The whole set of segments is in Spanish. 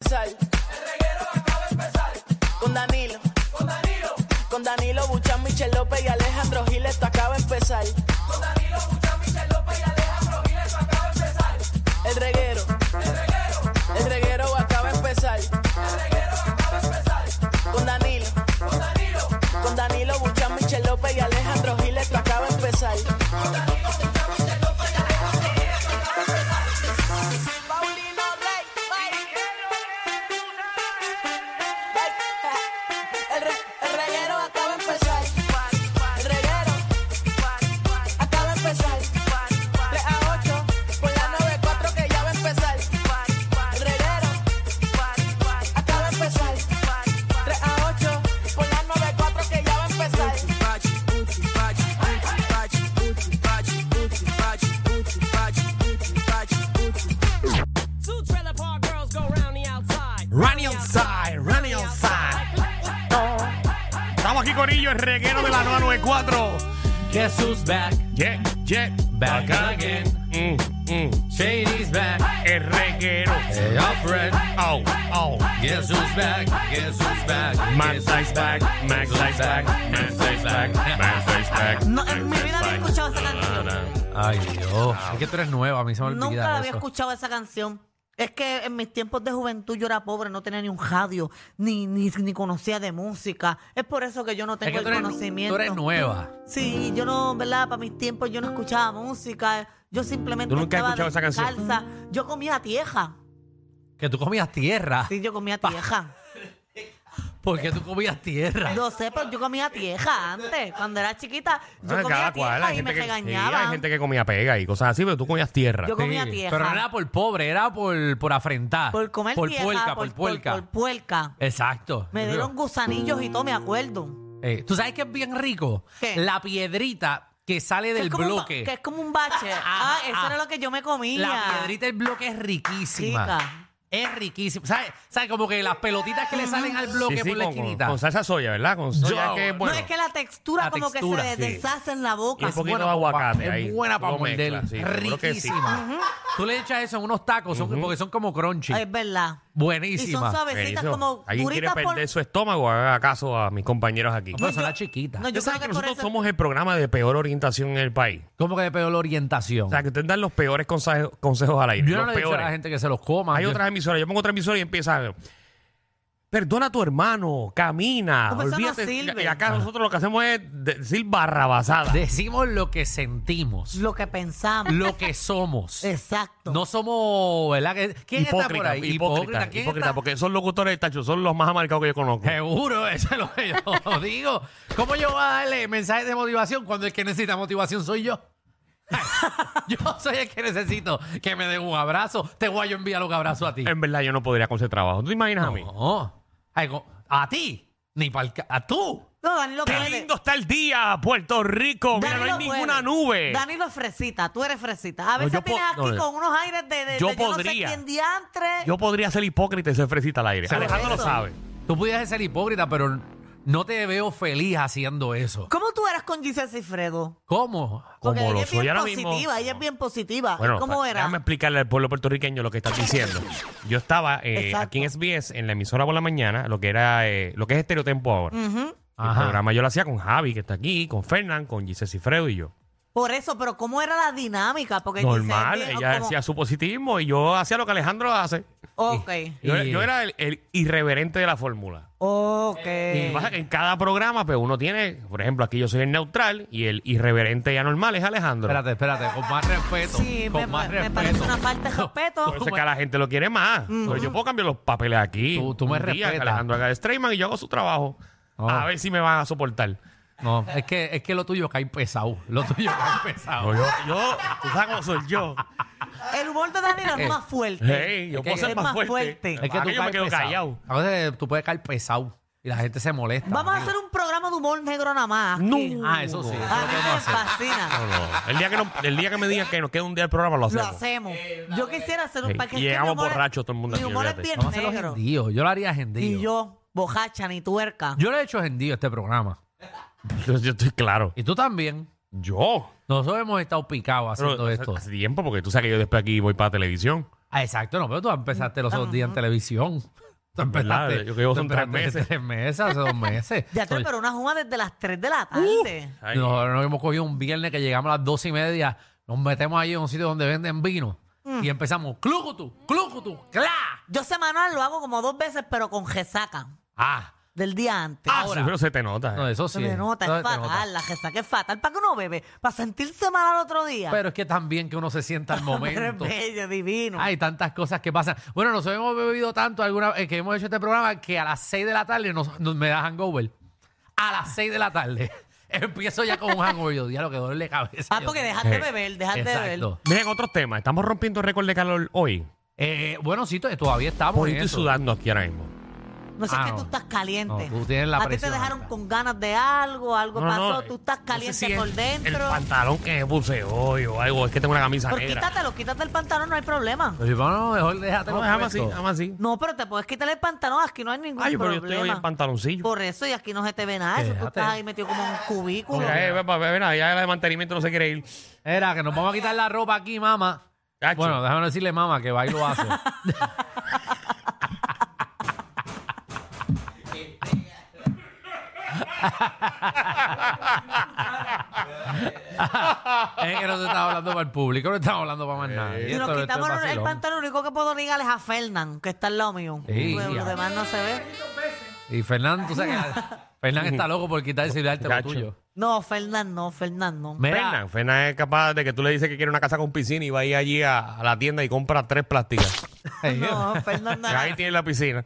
empezar. El reguero acaba de empezar. Con Danilo. Con Danilo. Con Danilo Buchan, Michel López y Alejandro Gil, esto acaba de empezar. Con Danilo Buchan, Michel López y Alejandro Gil, esto acaba de empezar. El reguero. El reguero. El reguero acaba de empezar. El reguero acaba de empezar. Con Danilo. Con Danilo. Con Danilo Buchan, Michel López y Alejandro Gil, esto acaba de empezar. Con Danilo Buchan, Michel López y Alejandro Gil, esto acaba de empezar. Paulino Rey, El, re- el reguero acaba de empezar. El reguero acaba de empezar. 3 a 8 por la 94 que ya va a empezar. El reguero acaba de empezar. 3 a 8 por la 94 que ya va a empezar. Two trailer park girls go round the outside. Running outside, running outside. Estamos aquí, Corillo, el reguero de la 994. Jesus back, Yeah, yeah, back again. Mm, mm. Shady's back, El reguero. hey Alfred. Oh, oh. Guess who's back? Guess who's back? Man's Guess who's back, Man's Guess who's back, Guess Man's who's back, Man's back. No, en mi vida había escuchado esa canción. Ay, Dios. Es que tú eres nueva, a mí se me olvida Nunca la había eso. escuchado esa canción. Es que en mis tiempos de juventud yo era pobre, no tenía ni un radio, ni, ni, ni conocía de música. Es por eso que yo no Es tengo que tú el eres, conocimiento. tú eres nueva. Sí, yo no, ¿verdad? Para mis tiempos yo no escuchaba música. Yo simplemente ¿Tú nunca has escuchado estaba esa canción? descalza. Yo comía tieja. Que tú comías tierra. Sí, yo comía tieja. ¿Por qué tú comías tierra? No sé, pero yo comía tieja antes. Cuando era chiquita, yo Ah, comía cada cual, tieja hay y gente me que- sí, regañaban. hay gente que comía pega y cosas así, pero tú comías tierra. Yo comía Sí. tierra. Pero no era por pobre, era por, por afrentar. Por comer Por tierra, puerca, por, por puerca. por- por puerca. Exacto. Me Yo dieron creo. gusanillos y todo, me acuerdo. Eh, ¿Tú sabes que es bien rico? ¿Qué? La piedrita que sale Que del es como un ba- bloque. que es como un bache. ah, eso era lo que yo me comía. La piedrita del bloque es riquísima. Rica. Es riquísima. ¿Sabes? ¿Sabes? Como que las pelotitas que le salen al bloque Sí, sí, por la con- con, esquinita. con salsa soya, ¿verdad? Con soya Yo- que es No, bueno. no, es que la textura La como textura, que se sí. deshace en la y boca. un poquito buena de pa- aguacate es ahí. buena Tú para lo morder. mezclas, sí, seguro que sí. riquísima. Tú le echas eso en unos tacos son- porque son como crunchy. Ay, Es verdad. Y son Buenísima. suavecitas Buenísimo. como ¿Alguien quiere duritas perder por... su estómago? Haga caso a mis compañeros aquí. No, pero son las chiquitas. No, yo Ustedes saben que creo que por nosotros eso... somos el programa de peor orientación en el país. Como que de peor orientación. O sea, que ustedes dan los peores consejo- consejos al aire. yo no Eh, los le he dicho a peores. la gente que se los coma. Hay Yo- otras emisoras. Yo pongo otra emisora y empieza. Perdona a tu hermano, camina, Como eso no olvídate. sirve. Y acá nosotros lo que hacemos es decir barrabasada. Decimos lo que sentimos, Lo que pensamos. lo que somos. Exacto. No somos, ¿verdad? que- ¿Quién está por Hipócrita, ahí? hipócrita, ¿Quién hipócrita, está? porque esos locutores de Tacho son los más marcados que yo conozco. Seguro, eso es lo que yo digo. ¿Cómo yo voy a darle mensajes de motivación cuando el que necesita motivación soy yo? yo soy el que necesito que me den un abrazo. Te voy a yo enviar un abrazo a ti. En verdad, yo no podría con ese trabajo. ¿Tú te imaginas a mí? No. Ay, co- a ti. Ni para A tú. No, Dani lo ¡Qué puede. lindo está el día, Puerto Rico! Mira, Dani no hay lo ninguna puede. nube. Dani lo es fresita, tú eres fresita. No, A veces yo po- vienes aquí no, con unos aires de, de- yo de no sé podría. quién diantre. Yo podría ser hipócrita y ser fresita al aire. Se le- Alejandro lo sabe. Tú pudieras ser hipócrita, pero no te veo feliz haciendo eso. ¿Cómo tú eras con Giselle Cifredo? ¿Cómo? Porque Como ella lo es bien soy ahora mismo. positiva, ella es bien positiva. ¿Cómo pa- era? déjame explicarle al pueblo puertorriqueño lo que estás diciendo. Yo estaba eh, Exacto. aquí en SBS, en la emisora por la mañana, lo que era eh, lo que es Estereotempo ahora. El Mm. Ajá. programa yo lo hacía con Javi, que está aquí, con Fernán, con Giselle Cifredo y yo. Por eso, pero ¿cómo era la dinámica? Porque Giselle Normal, es ella como- hacía su positivismo y yo hacía lo que Alejandro hace. Ok, Yo, Y- yo era el, el irreverente de la fórmula. ok. Lo que pasa es que en cada programa, pues uno tiene, por ejemplo, aquí yo soy el neutral y el irreverente y anormal es Alejandro. Espérate, espérate, con más respeto. Sí, con me, más me respeto. parece una falta de Por respeto. eso es que a la gente lo quiere más. Pero yo puedo cambiar los papeles aquí. Tú- tú me Un día que respetas. Alejandro haga de Strayman y yo hago su trabajo. Ah. A ver si me van a soportar. No, es que, es que lo tuyo cae pesado. Lo tuyo cae pesado. No, yo, yo, tú sabes cómo soy yo. El humor de Dani es más fuerte. Eh, Hey, yo Es puedo que- ser es más más fuerte. fuerte. Es Es que tú Aquí yo caes me quedo pesado. callado. A veces tú puedes caer pesado y la gente se molesta. Vamos a amigo. hacer un programa de humor negro nada más. No. aquí. Ah, eso sí. eso A mí lo podemos me hacer. fascina. No, no. El día que, no- el día que me digan que nos queda un día del programa, lo Lo hacemos. hacemos. Eh, Yo quisiera hacer un Sí, paquete. y llegamos borrachos todo el mundo Mi aquí, humor es olvídate. bien Vamos a hacer los negro. gendíos. Yo lo haría gendío. Y yo, bojacha, ni tuerca. Yo le he hecho gendío a este programa. Yo, yo estoy claro. Y tú también. Yo. Nosotros hemos estado picados Pero haciendo esto. hace, hace tiempo, porque tú sabes que yo después aquí voy para televisión. Ah, exacto, no, pero tú empezaste los otros días en televisión. Tú empezaste. ¿Verdad? Yo creo que son tú empezaste tres meses. hace Tres meses, hace dos meses. Ya atrás, Oye, pero una jugada desde las 3 de la tarde. Ay, Nosotros nos hemos cogido un viernes que llegamos a las dos y media, nos metemos ahí en un sitio donde venden vino Mm. y empezamos clucutu, clucutu, cla. Yo semanal lo hago como dos veces, pero con resaca Ah, del día antes. ah, sí, ahora. pero se te nota. no, eh. eso se sí. me nota, eso es se te nota. fatal, la resaca es fatal. ¿Para qué uno bebe? ¿Para sentirse mal al otro día? Pero es que también que uno se sienta al Pero es Pues, momento. bello, divino. Hay tantas cosas que pasan. Bueno, nos hemos bebido tanto alguna eh, que hemos hecho este programa que a las 6 de la tarde nos, nos- me da hangover. A las 6 de la tarde. Empiezo ya con un hangover. Yo ya lo que duele cabeza. ah, Yo- porque dejaste de Eh, beber, dejaste de beber. Exacto. Miren otros temas. Estamos rompiendo récord de calor hoy. Eh, bueno, sí, to- todavía estamos Porque en estoy eso. sudando aquí ahora mismo. No sé, Ah, es que no. tú estás caliente. No, tú tienes la a ti te presión dejaron alta. con ganas de algo, algo No, no, Pues pasó, no, eh, tú estás no sé caliente si es por dentro. El pantalón que me puse hoy o algo. Es que tengo una camisa Pero negra. quítatelo, quítate el pantalón, no hay problema. Pero bueno, mejor déjate No, déjame así, déjame así. No, pero te puedes quitar el pantalón, aquí no hay ningún Ay, pero yo problema. estoy hoy en pantaloncillo. Por eso, y aquí no se te ve nada. Eso tú Déjate. estás ahí metido como en un cubículo. Mira, eh, ve, ve, ve, nada, ya la de mantenimiento no se quiere ir. Era que nos vamos a quitar la ropa aquí, mamá. Cacho. Bueno, déjame decirle mamá que va y lo hace. es que no se está hablando para el público, no estamos hablando para más Eh. nadie. Si nos Esto- esto es quitamos el vacilón. pantalón, lo único que puedo ligar es a Fernán, que está al lado mío. Sí, Porque ya. los demás no se ve. Y Fernando, tú sabes que Fernán está loco por quitar el celular te lo Gacho. tuyo. No, Fernán no, Fernán no. Mira, Fernan, Fernan es capaz de que tú le dices que quiere una casa con piscina y va ahí allí a, a la tienda y compra tres plásticas. No, Fernán no. Y ahí tiene la piscina.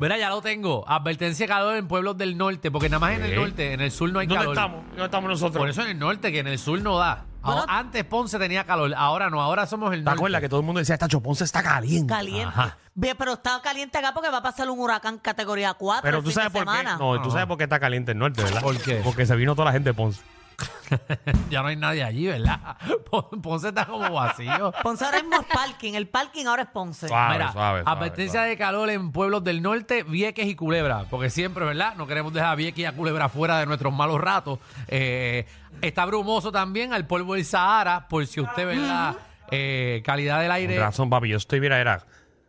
mira, ya lo tengo. Advertencia de calor en pueblos del norte, porque nada más en el Sí. norte, en el sur no hay ¿Dónde calor. estamos? ¿Dónde estamos nosotros? Por eso en el norte, que en el sur no da. Bueno, Ahora- antes Ponce tenía calor, ahora no, ahora somos el ¿Te norte. acuerdas que todo el mundo decía, esta choponce está caliente? Caliente. Ve, pero está caliente acá porque va a pasar un huracán categoría 4. Pero el tú Ah, fin de sabes por qué. semana. No, tú sabes por qué está caliente el norte, ¿verdad? Ah. ¿Por qué? Porque se vino toda la gente de Ponce. ya no hay nadie allí, ¿verdad? Pon- Ponce está como vacío. Ponce ahora mismo es parking. El parking ahora es Ponce. Suave, Mira, suave, suave, advertencia suave. de calor en pueblos del norte, Vieques y Culebra, porque siempre, ¿verdad? No queremos dejar a Vieques y a Culebra fuera de nuestros malos ratos. Eh, está brumoso también al polvo del Sahara, por si usted, ¿verdad? Mm. Eh, calidad del Con aire. razón, papi. Yo estoy, mira, era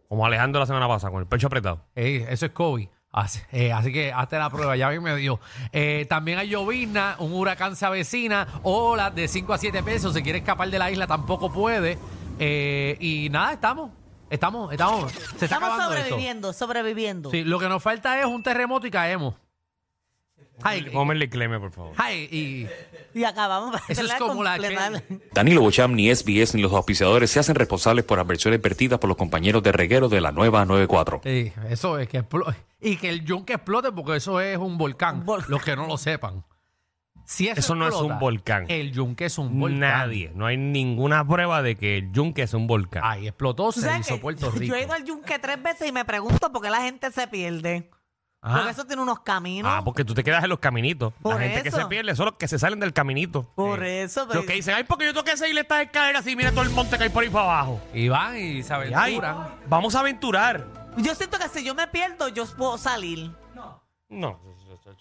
como Alejandro la semana pasada, con el pecho apretado. Ey, eso es COVID. Así, eh, así que hazte la prueba, ya bien me dio. Eh, también hay llovizna, un huracán se avecina, olas de 5 a 7 pesos. Si quiere escapar de la isla, tampoco puede. Eh, y nada, estamos. Estamos, estamos. Se está Estamos acabando esto. sobreviviendo, sobreviviendo. Sí, lo que nos falta es un terremoto y caemos. Ay, y- Póngale el cleme, por favor. ay, y Y acabamos de eso es la como la que- completar. Danilo Bocham, ni SBS, ni los auspiciadores se hacen responsables por adversiones vertidas por los compañeros de reguero de la nueva 94. y eso es que explo- Y que el yunque explote porque eso es un volcán. Un volcán. Los que no lo sepan. Si eso, Eso no es un explota, volcán. El yunque es un volcán. Nadie, no hay ninguna prueba de que el yunque es un volcán. Ahí explotó, Tú se sabes hizo que Puerto Rico. Yo he ido al yunque tres veces y me pregunto por qué la gente se pierde. Ajá. pues, Porque eso tiene unos caminos. Ah, porque tú te quedas en los caminitos. Por la gente que eso. se pierde son los que se salen del caminito. por eso. pero- Los que dicen, ay, porque yo tengo que seguir estas escaleras y mira todo el monte que hay por ahí para abajo. Y van y se Y, ay, aventuran. vamos a aventurar. Yo siento que si yo me pierdo, yo puedo salir. No.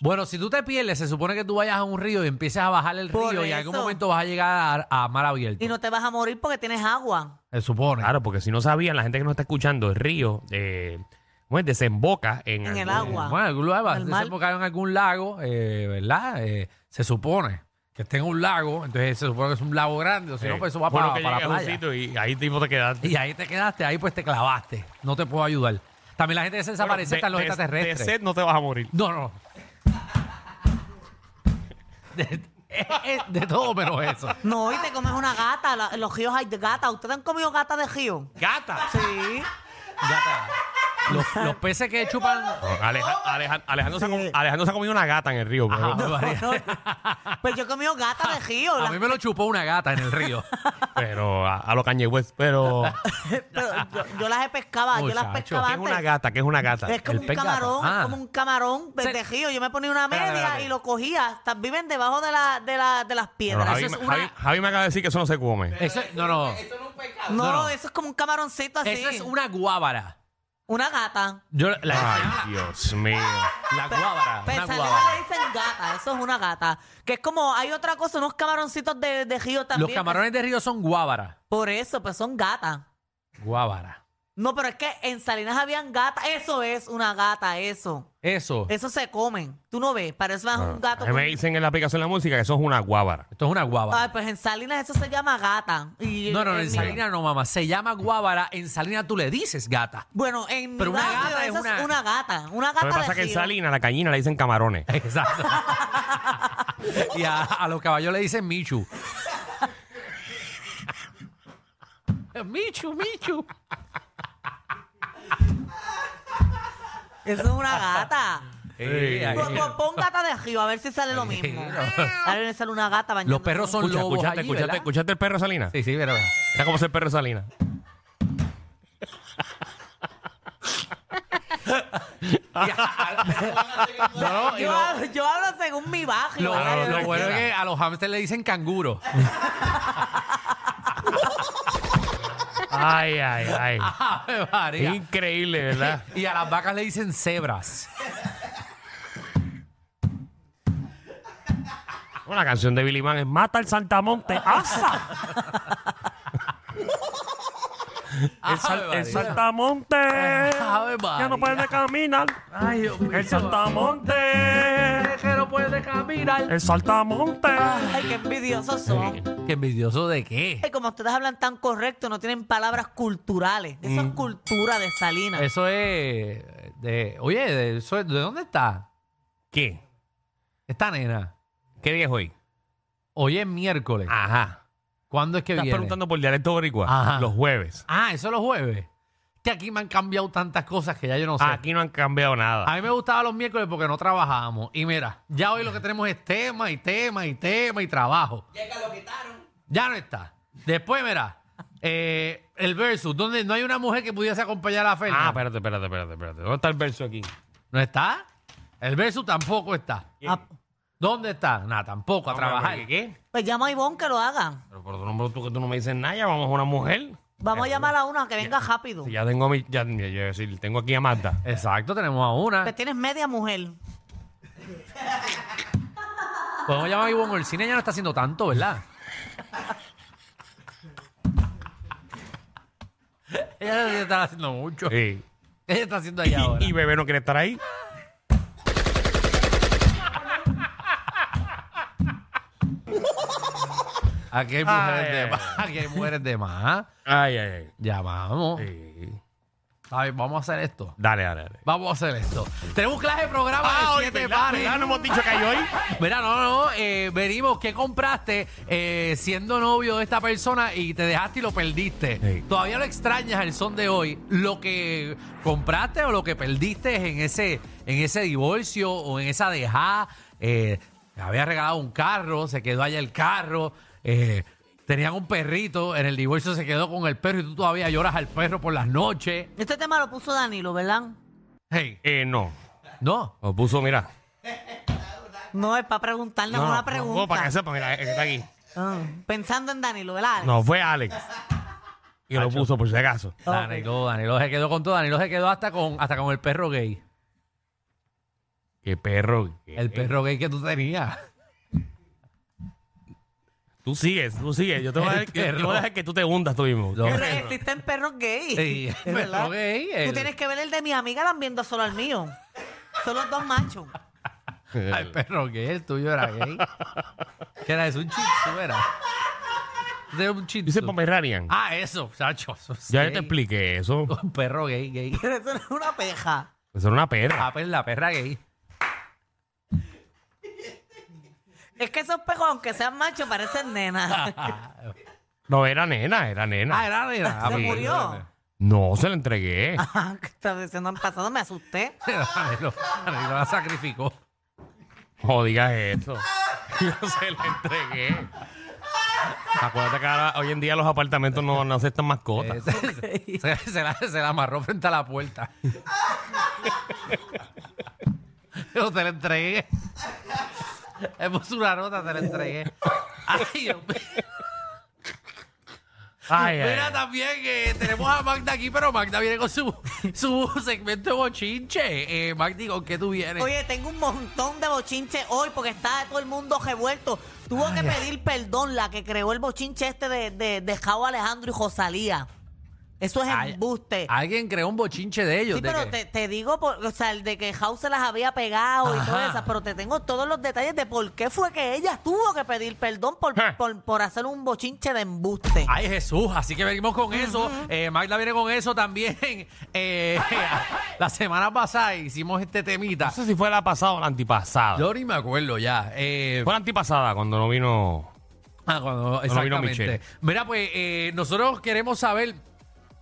Bueno, si tú te pierdes, se supone que tú vayas a un río y empiezas a bajar el Por río y en algún eso. momento vas a llegar a, a mar abierto. Y no te vas a morir porque tienes agua. Se supone. Claro, porque si no sabían, la gente que nos está escuchando, el río eh, bueno, desemboca en, En el algún- agua. Bueno, en algún lugar vas a Al mar. desembocar en algún lago, eh, ¿verdad? Eh, se supone que esté en un lago, entonces se supone que es un lago grande, o si Eh, no, pues eso va bueno, para, que para la llegas a un playa. sitio y ahí tipo te quedas. Y ahí te quedaste, ahí pues te clavaste. No te puedo ayudar. También la gente que se desaparece están los de- de- extraterrestres. De sed no te vas a morir. No, no. De, eh, eh, de todo menos eso. No, y te comes una gata. la- los ríos hay de gata. ¿Ustedes han comido gata de río? ¡Gata! Sí. Gata. Los, los peces que chupan. Aleja- Aleja- Alejandro, se ha com- Alejandro se ha comido una gata en el río. Ajá, pero- María. Pues yo he comido gata de río. Ah, A la- mí me lo chupó una gata en el río. Pero a, a lo Kanye West, pero pero yo, yo las he pescado. Yo las Muchacho, pescaba ¿qué es antes. una gata? ¿Qué es una gata? Es como El un pez gata. camarón, Ah. es como un camarón de Se- de río. Yo me ponía una media Espérate, espérate. y lo cogía. Hasta- viven debajo de, la, de, la, de las Pero piedras. Javi, eso es me- una- Javi- Javi me acaba de decir que eso no se come. Eso, no, no. no, no, no. eso es como un camaroncito así. Eso es una guábara. Una gata. Yo, la, Ay, Dios mío. la guábara. Pues Una en guábara. Salena le dicen gata, eso es una gata. Que es como, hay otra cosa, unos camaroncitos de, de río también. Los camarones de río son guábara. Por eso, pues son gatas. Guábara. No, pero es que en Salinas habían gatas. Eso es una gata, eso. Eso. Eso se comen. Tú no ves, para eso es un gato. Ah, Me con- dicen en la aplicación de la música que eso es una guábara. Esto es una guava. Ay, pues en Salinas eso se llama gata. Y No, no, no, en en mi- Salina no, mamá. Se llama guábara. En Salina tú le dices gata. Bueno, en mi Pero una barrio gata es eso es una- una... gata. Una Lo gata que pasa de es que en giro. Salina, la cañina le dicen camarones. Exacto. y a, a los caballos le dicen Michu. Michu, Michu. Eso es una gata. Eh, ahí. Pon, pon- pon gata de arriba a ver si sale lo mismo. A ver si sale una gata bañando. Los perros son Escucha, lobos escuchaste, allí, escuchaste, ¿verdad? escuchaste el perro de Salina. Sí, sí, pero... Mira cómo es el perro de Salina. No, no, y Yo, lo- hablo, yo hablo según mi barrio. Lo, ¿verdad? lo Yo- bueno es que a los hamsters le dicen canguro. Ay, ay, ay. Ave María. Increíble, ¿verdad? Y a las vacas le dicen cebras. Una canción de Billy Mann es Mata al Santamonte, asa. el, Sal- Ave el María. Santamonte Ave ya no María. puede caminar. Ay, Dios mío. El Santamonte, Que no puede caminar. el Saltamonte. Ay, qué envidiosos son. ¿Qué envidioso de qué? Ay, como ustedes hablan tan correcto, no tienen palabras culturales. Eso es cultura de Salinas. Eso Mm. es. De, oye, de, eso es- ¿de dónde está? ¿Qué? Esta nena. ¿Qué día es hoy? Hoy es miércoles. Ajá. ¿Cuándo es que Estás viene? preguntando por dialecto boricua. Ajá. Los jueves. Ah, eso es los jueves. Que aquí me han cambiado tantas cosas que ya yo no sé. Ah, Aquí no han cambiado nada. A mí me gustaba los miércoles porque no trabajábamos. Y mira, ya hoy lo que tenemos es tema y tema y tema y trabajo. Ya lo quitaron. Ya no está. Después, mira, eh, el versus, donde no hay una mujer que pudiese acompañar a Fernan. Ah, espérate, espérate, espérate, espérate. ¿Dónde está el verso aquí? ¿No está? El versus tampoco está. Ah, ¿Dónde está? Nada, tampoco, a trabajar. ¿Qué? pues llama a Ivonne que lo hagan. Pero por tu nombre tú que tú no me dices nada, ya vamos a una mujer. Vamos a llamar a una que venga rápido. Si ya tengo a mi, ya, ya- ya- decir, tengo aquí a Magda. Exacto, tenemos a Pues una. tienes media mujer. Podemos llamar a Ivonne Orsina, ya no está haciendo tanto, ¿verdad? Ella no está haciendo mucho. Sí. Ella está haciendo allá ahora. Y bebé no quiere estar ahí. Aquí hay Ay, mujeres de ay, más. Aquí hay mujeres de más. Ay, ay, Ya vamos. ay. Sí. A ver, vamos a hacer esto. Dale, dale, dale. Vamos a hacer esto. Tenemos clase de programa Ah, de siete pares. no hemos dicho que hay hoy. Mira, no, no, eh, venimos. ¿Qué compraste eh, siendo novio de esta persona y te dejaste y lo perdiste? Sí. Todavía lo extrañas al son de hoy. Lo que compraste o lo que perdiste en ese, en ese divorcio o en esa dejada. Eh, había regalado un carro, se quedó allá el carro. eh, tenían un perrito, en el divorcio se quedó con el perro y tú todavía lloras al perro por las noches. Este tema lo puso Danilo, ¿verdad? Hey, Eh, no. no. Lo puso, mira. No, es para preguntarle una pregunta. No, para que sepa, mira, eh, que está aquí. Ah, pensando en Danilo, ¿verdad? No, fue Alex. Y lo puso por si acaso. Danilo, Danilo se quedó con todo. Danilo se quedó hasta con, hasta con el perro gay. Qué perro. qué- El perro gay que tú tenías. Tú sigues, tú sigues. Yo te voy a El dejar, yo- yo perro. voy a dejar que tú te hundas tú mismo. No. Pero existen perros gays. Sí, es perro verdad. gay, el- Tú tienes que ver el de mi amiga, la viendo solo al mío. Son los dos machos. El perro gay, el tuyo era gay. que era? Es un chip, era. De un chip. Dice Pomeranian. Ah, eso, chacho. eso es ya yo gay. te expliqué eso. Un perro gay, gay. Pero eso no es una peja. Eso era una perra. Ah, pues la perra gay. Es que esos perros, aunque sean machos, parecen nenas. No, era nena, era nena. Ah, era, era. Ah, Se pues, murió. No, se la entregué. Ah, ¿Qué estás diciendo? En pasado me asusté. Danilo, Danilo la sacrificó. No digas eso. Yo se la entregué. Acuérdate que ahora, hoy en día los apartamentos no, no aceptan mascotas. Eh, se, se- se la, se la amarró frente a la puerta. Yo te la entregué. Le puse una nota, te la entregué. Ay, Dios mío. Ay, ay, Mira, ay. también eh, tenemos a Magda aquí, pero Magda viene con su, su segmento de bochinche. Eh, Magdi, ¿con qué tú vienes? Oye, tengo un montón de bochinche hoy porque está todo el mundo revuelto. Tuvo Ah, que pedir perdón la que creó el bochinche este de, de, de Jao Alejandro y Josalía. Eso es Ay, embuste. Alguien creó un bochinche de ellos. Sí, de pero que- te, te digo, por- o sea, el de que House se las había pegado y Ajá. todas esas, pero te tengo todos los detalles de por qué fue que ella tuvo que pedir perdón por, Eh. por, por hacer un bochinche de embuste. Ay, Jesús, así que venimos con eso. Eh, Magda viene con eso también. Eh, la semana pasada hicimos este temita. No sé si fue la pasada o la antipasada. Yo ni me acuerdo ya. Eh, Fue la antipasada cuando no vino. Ah, cuando, vino exactamente. Michelle. Mira, pues eh, nosotros queremos saber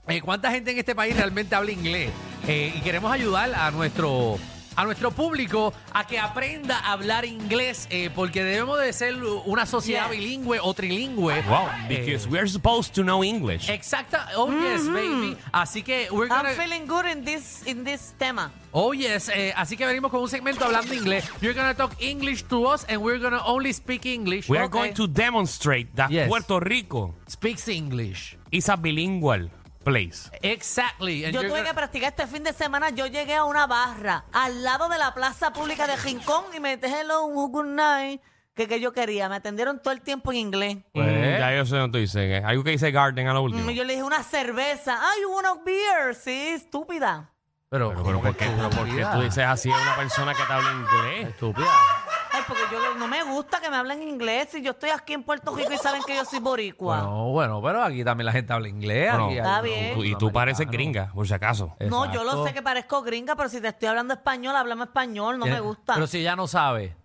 eh, cuánta gente en este país realmente habla inglés Eh, y queremos ayudar a nuestro a nuestro público a que aprenda a hablar inglés eh, porque debemos de ser una sociedad Yes. bilingüe o trilingüe. Wow, Eh, because we're supposed to know English. Exacta, oh yes, baby. Así que we're Mm-hmm. I'm gonna- feeling good in this, in this tema. Oh yes, eh, así que venimos con un segmento hablando inglés. You're gonna talk English to us and we're gonna only speak English. We are Okay. going to demonstrate that Yes. Puerto Rico speaks English. is a bilingual place. Exactly. and Yo you're tuve que gonna- practicar este fin de semana. Yo llegué a una barra al lado de la plaza pública de Rincón y me dejé un good night que, que yo quería. Me atendieron todo el tiempo en inglés. Mm, ya yo sé lo que tú dices. eh. Algo que dice Garden a lo último. Mm, Yo le dije una cerveza. Ay, you want a beer. Sí, estúpida. Pero, Pero, pero, ¿por qué, pero ¿por qué tú dices así a una persona que te habla inglés? Estúpida. Ay, porque yo no me gusta que me hablen inglés y yo estoy aquí en Puerto Rico y saben que yo soy boricua. Bueno, bueno, pero aquí también la gente habla inglés. Bueno, aquí hay Está unos bien. Tú- y tú americanos. pareces gringa, por si acaso. no, yo lo Exacto. sé que parezco gringa, pero si te estoy hablando español, háblame español, no me gusta. Pero si ya no sabe.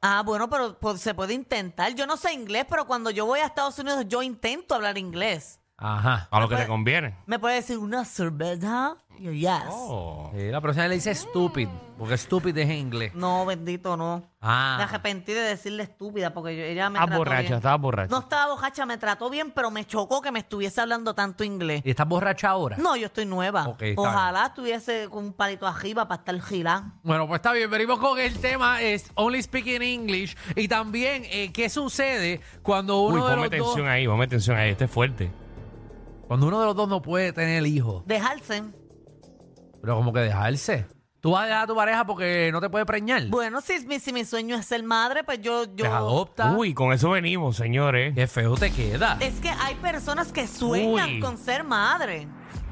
Ah, bueno, pero pues, se puede intentar. Yo no sé inglés, pero cuando yo voy a Estados Unidos, yo intento hablar inglés. Ajá. A lo que te conviene. pues, ¿Me puede decir una cerveza? Y Yo, yes. Oh. Sí, la persona le dice stupid, porque stupid es en inglés. No, bendito, no. Me Ah. arrepentí de decirle estúpida porque yo- ella me Estás trató Ah, borracha, bien. estás borracha. No estaba borracha, me trató bien, pero me chocó que me estuviese hablando tanto inglés. ¿Y estás borracha ahora? No, yo estoy nueva. Ok, está Ojalá estuviese con un palito arriba para estar girando. Bueno, pues está bien, venimos con el tema es Only Speaking English y también eh, qué sucede cuando Uy, uno de ponme los dos atención ahí, ponme atención ahí. Este es fuerte. cuando uno de los dos no puede tener hijos, Dejarse. pero como que dejarse. Tú vas a dejar a tu pareja porque no te puede preñar. Bueno, si mi, si mi sueño es ser madre, pues yo... yo... Te adopta. Uy, con eso venimos, señores. Qué feo te queda. Es que hay personas que sueñan Uy. con ser madre.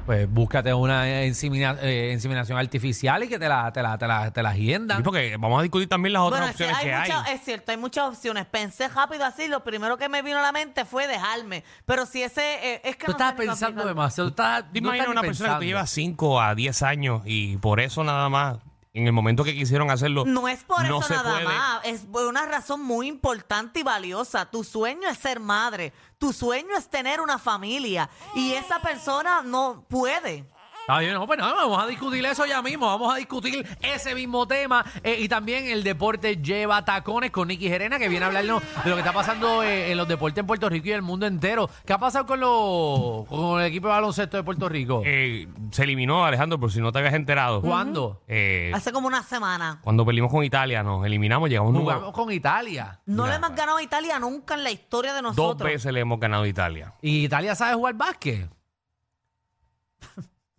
Pues búscate una insemina- eh, inseminación artificial y que te la, te la, te la, te la agenda. Sí, porque vamos a discutir también las otras Bueno, es, que opciones hay eh, que hay. muchas- es cierto, hay muchas opciones. Pensé rápido así, lo primero que me vino a la mente fue dejarme. Pero si ese... eh, es que Tú no sé estás ni cómo pensando explicarlo. demasiado. Tú estás, ¿Te no imaginas estás ni una persona que pensando. te lleva 5 a 10 años y por eso nada más, en el momento que quisieron hacerlo, No es por no eso se nada puede? más. Es por una razón muy importante y valiosa. Tu sueño es ser madre. Tu sueño es tener una familia. Y esa persona no puede. Está bien, no, pues nada, vamos a discutir eso ya mismo. Vamos a discutir ese mismo tema. eh, y también el deporte lleva tacones con Nicky Gerena, que viene a hablarnos de lo que está pasando eh, en los deportes en Puerto Rico y el mundo entero. ¿Qué ha pasado con, los, con el equipo de baloncesto de Puerto Rico? Eh, se eliminó, Alejandro, por si no te habías enterado. ¿Cuándo? Eh, Hace como una semana. cuando perdimos con Italia, nos eliminamos, llegamos Jugamos número. con Italia. No Nah, le hemos ganado a Italia nunca en la historia de Dos nosotros. veces le hemos ganado a Italia. ¿Y Italia sabe jugar básquet?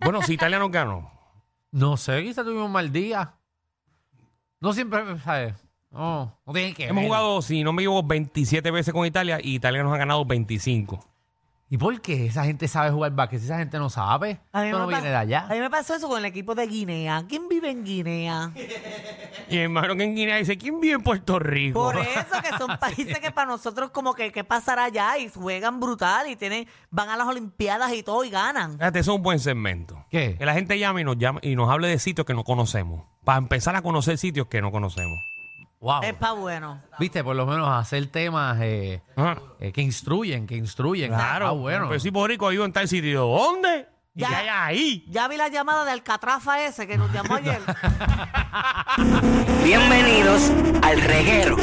Bueno, si Italia nos ganó. No sé, quizá tuvimos un mal día. No siempre, ¿sabes? No, no tiene que Hemos ver. jugado, si no me equivoco, 27 veces con Italia y Italia nos ha ganado 25. ¿Y por qué esa gente sabe jugar básquet? Si esa gente no sabe, A mí, eso me no pas- viene de allá. a mí me pasó eso con el equipo de Guinea. ¿Quién vive en Guinea? Y el hermano que en Guinea dice, ¿quién vive en Puerto Rico? Por e- eso que son países que para nosotros como que qué pasará allá y juegan brutal y tienen van a las olimpiadas y todo y ganan. Fíjate, eso es un buen segmento. ¿Qué? Que la gente llame y nos, llame y nos hable de sitios que no conocemos. Para empezar a conocer sitios que no conocemos. Wow. Es pa' bueno. Viste, por lo menos hacer temas eh, Ajá. eh, que instruyen, que instruyen. Ah, bueno. Pero si Borico ha ido en tal sitio. ¿Dónde? ¿Y Ya. qué hay ahí? Ya vi la llamada de Alcatrafa ese que nos llamó ayer. Bienvenidos al reguero.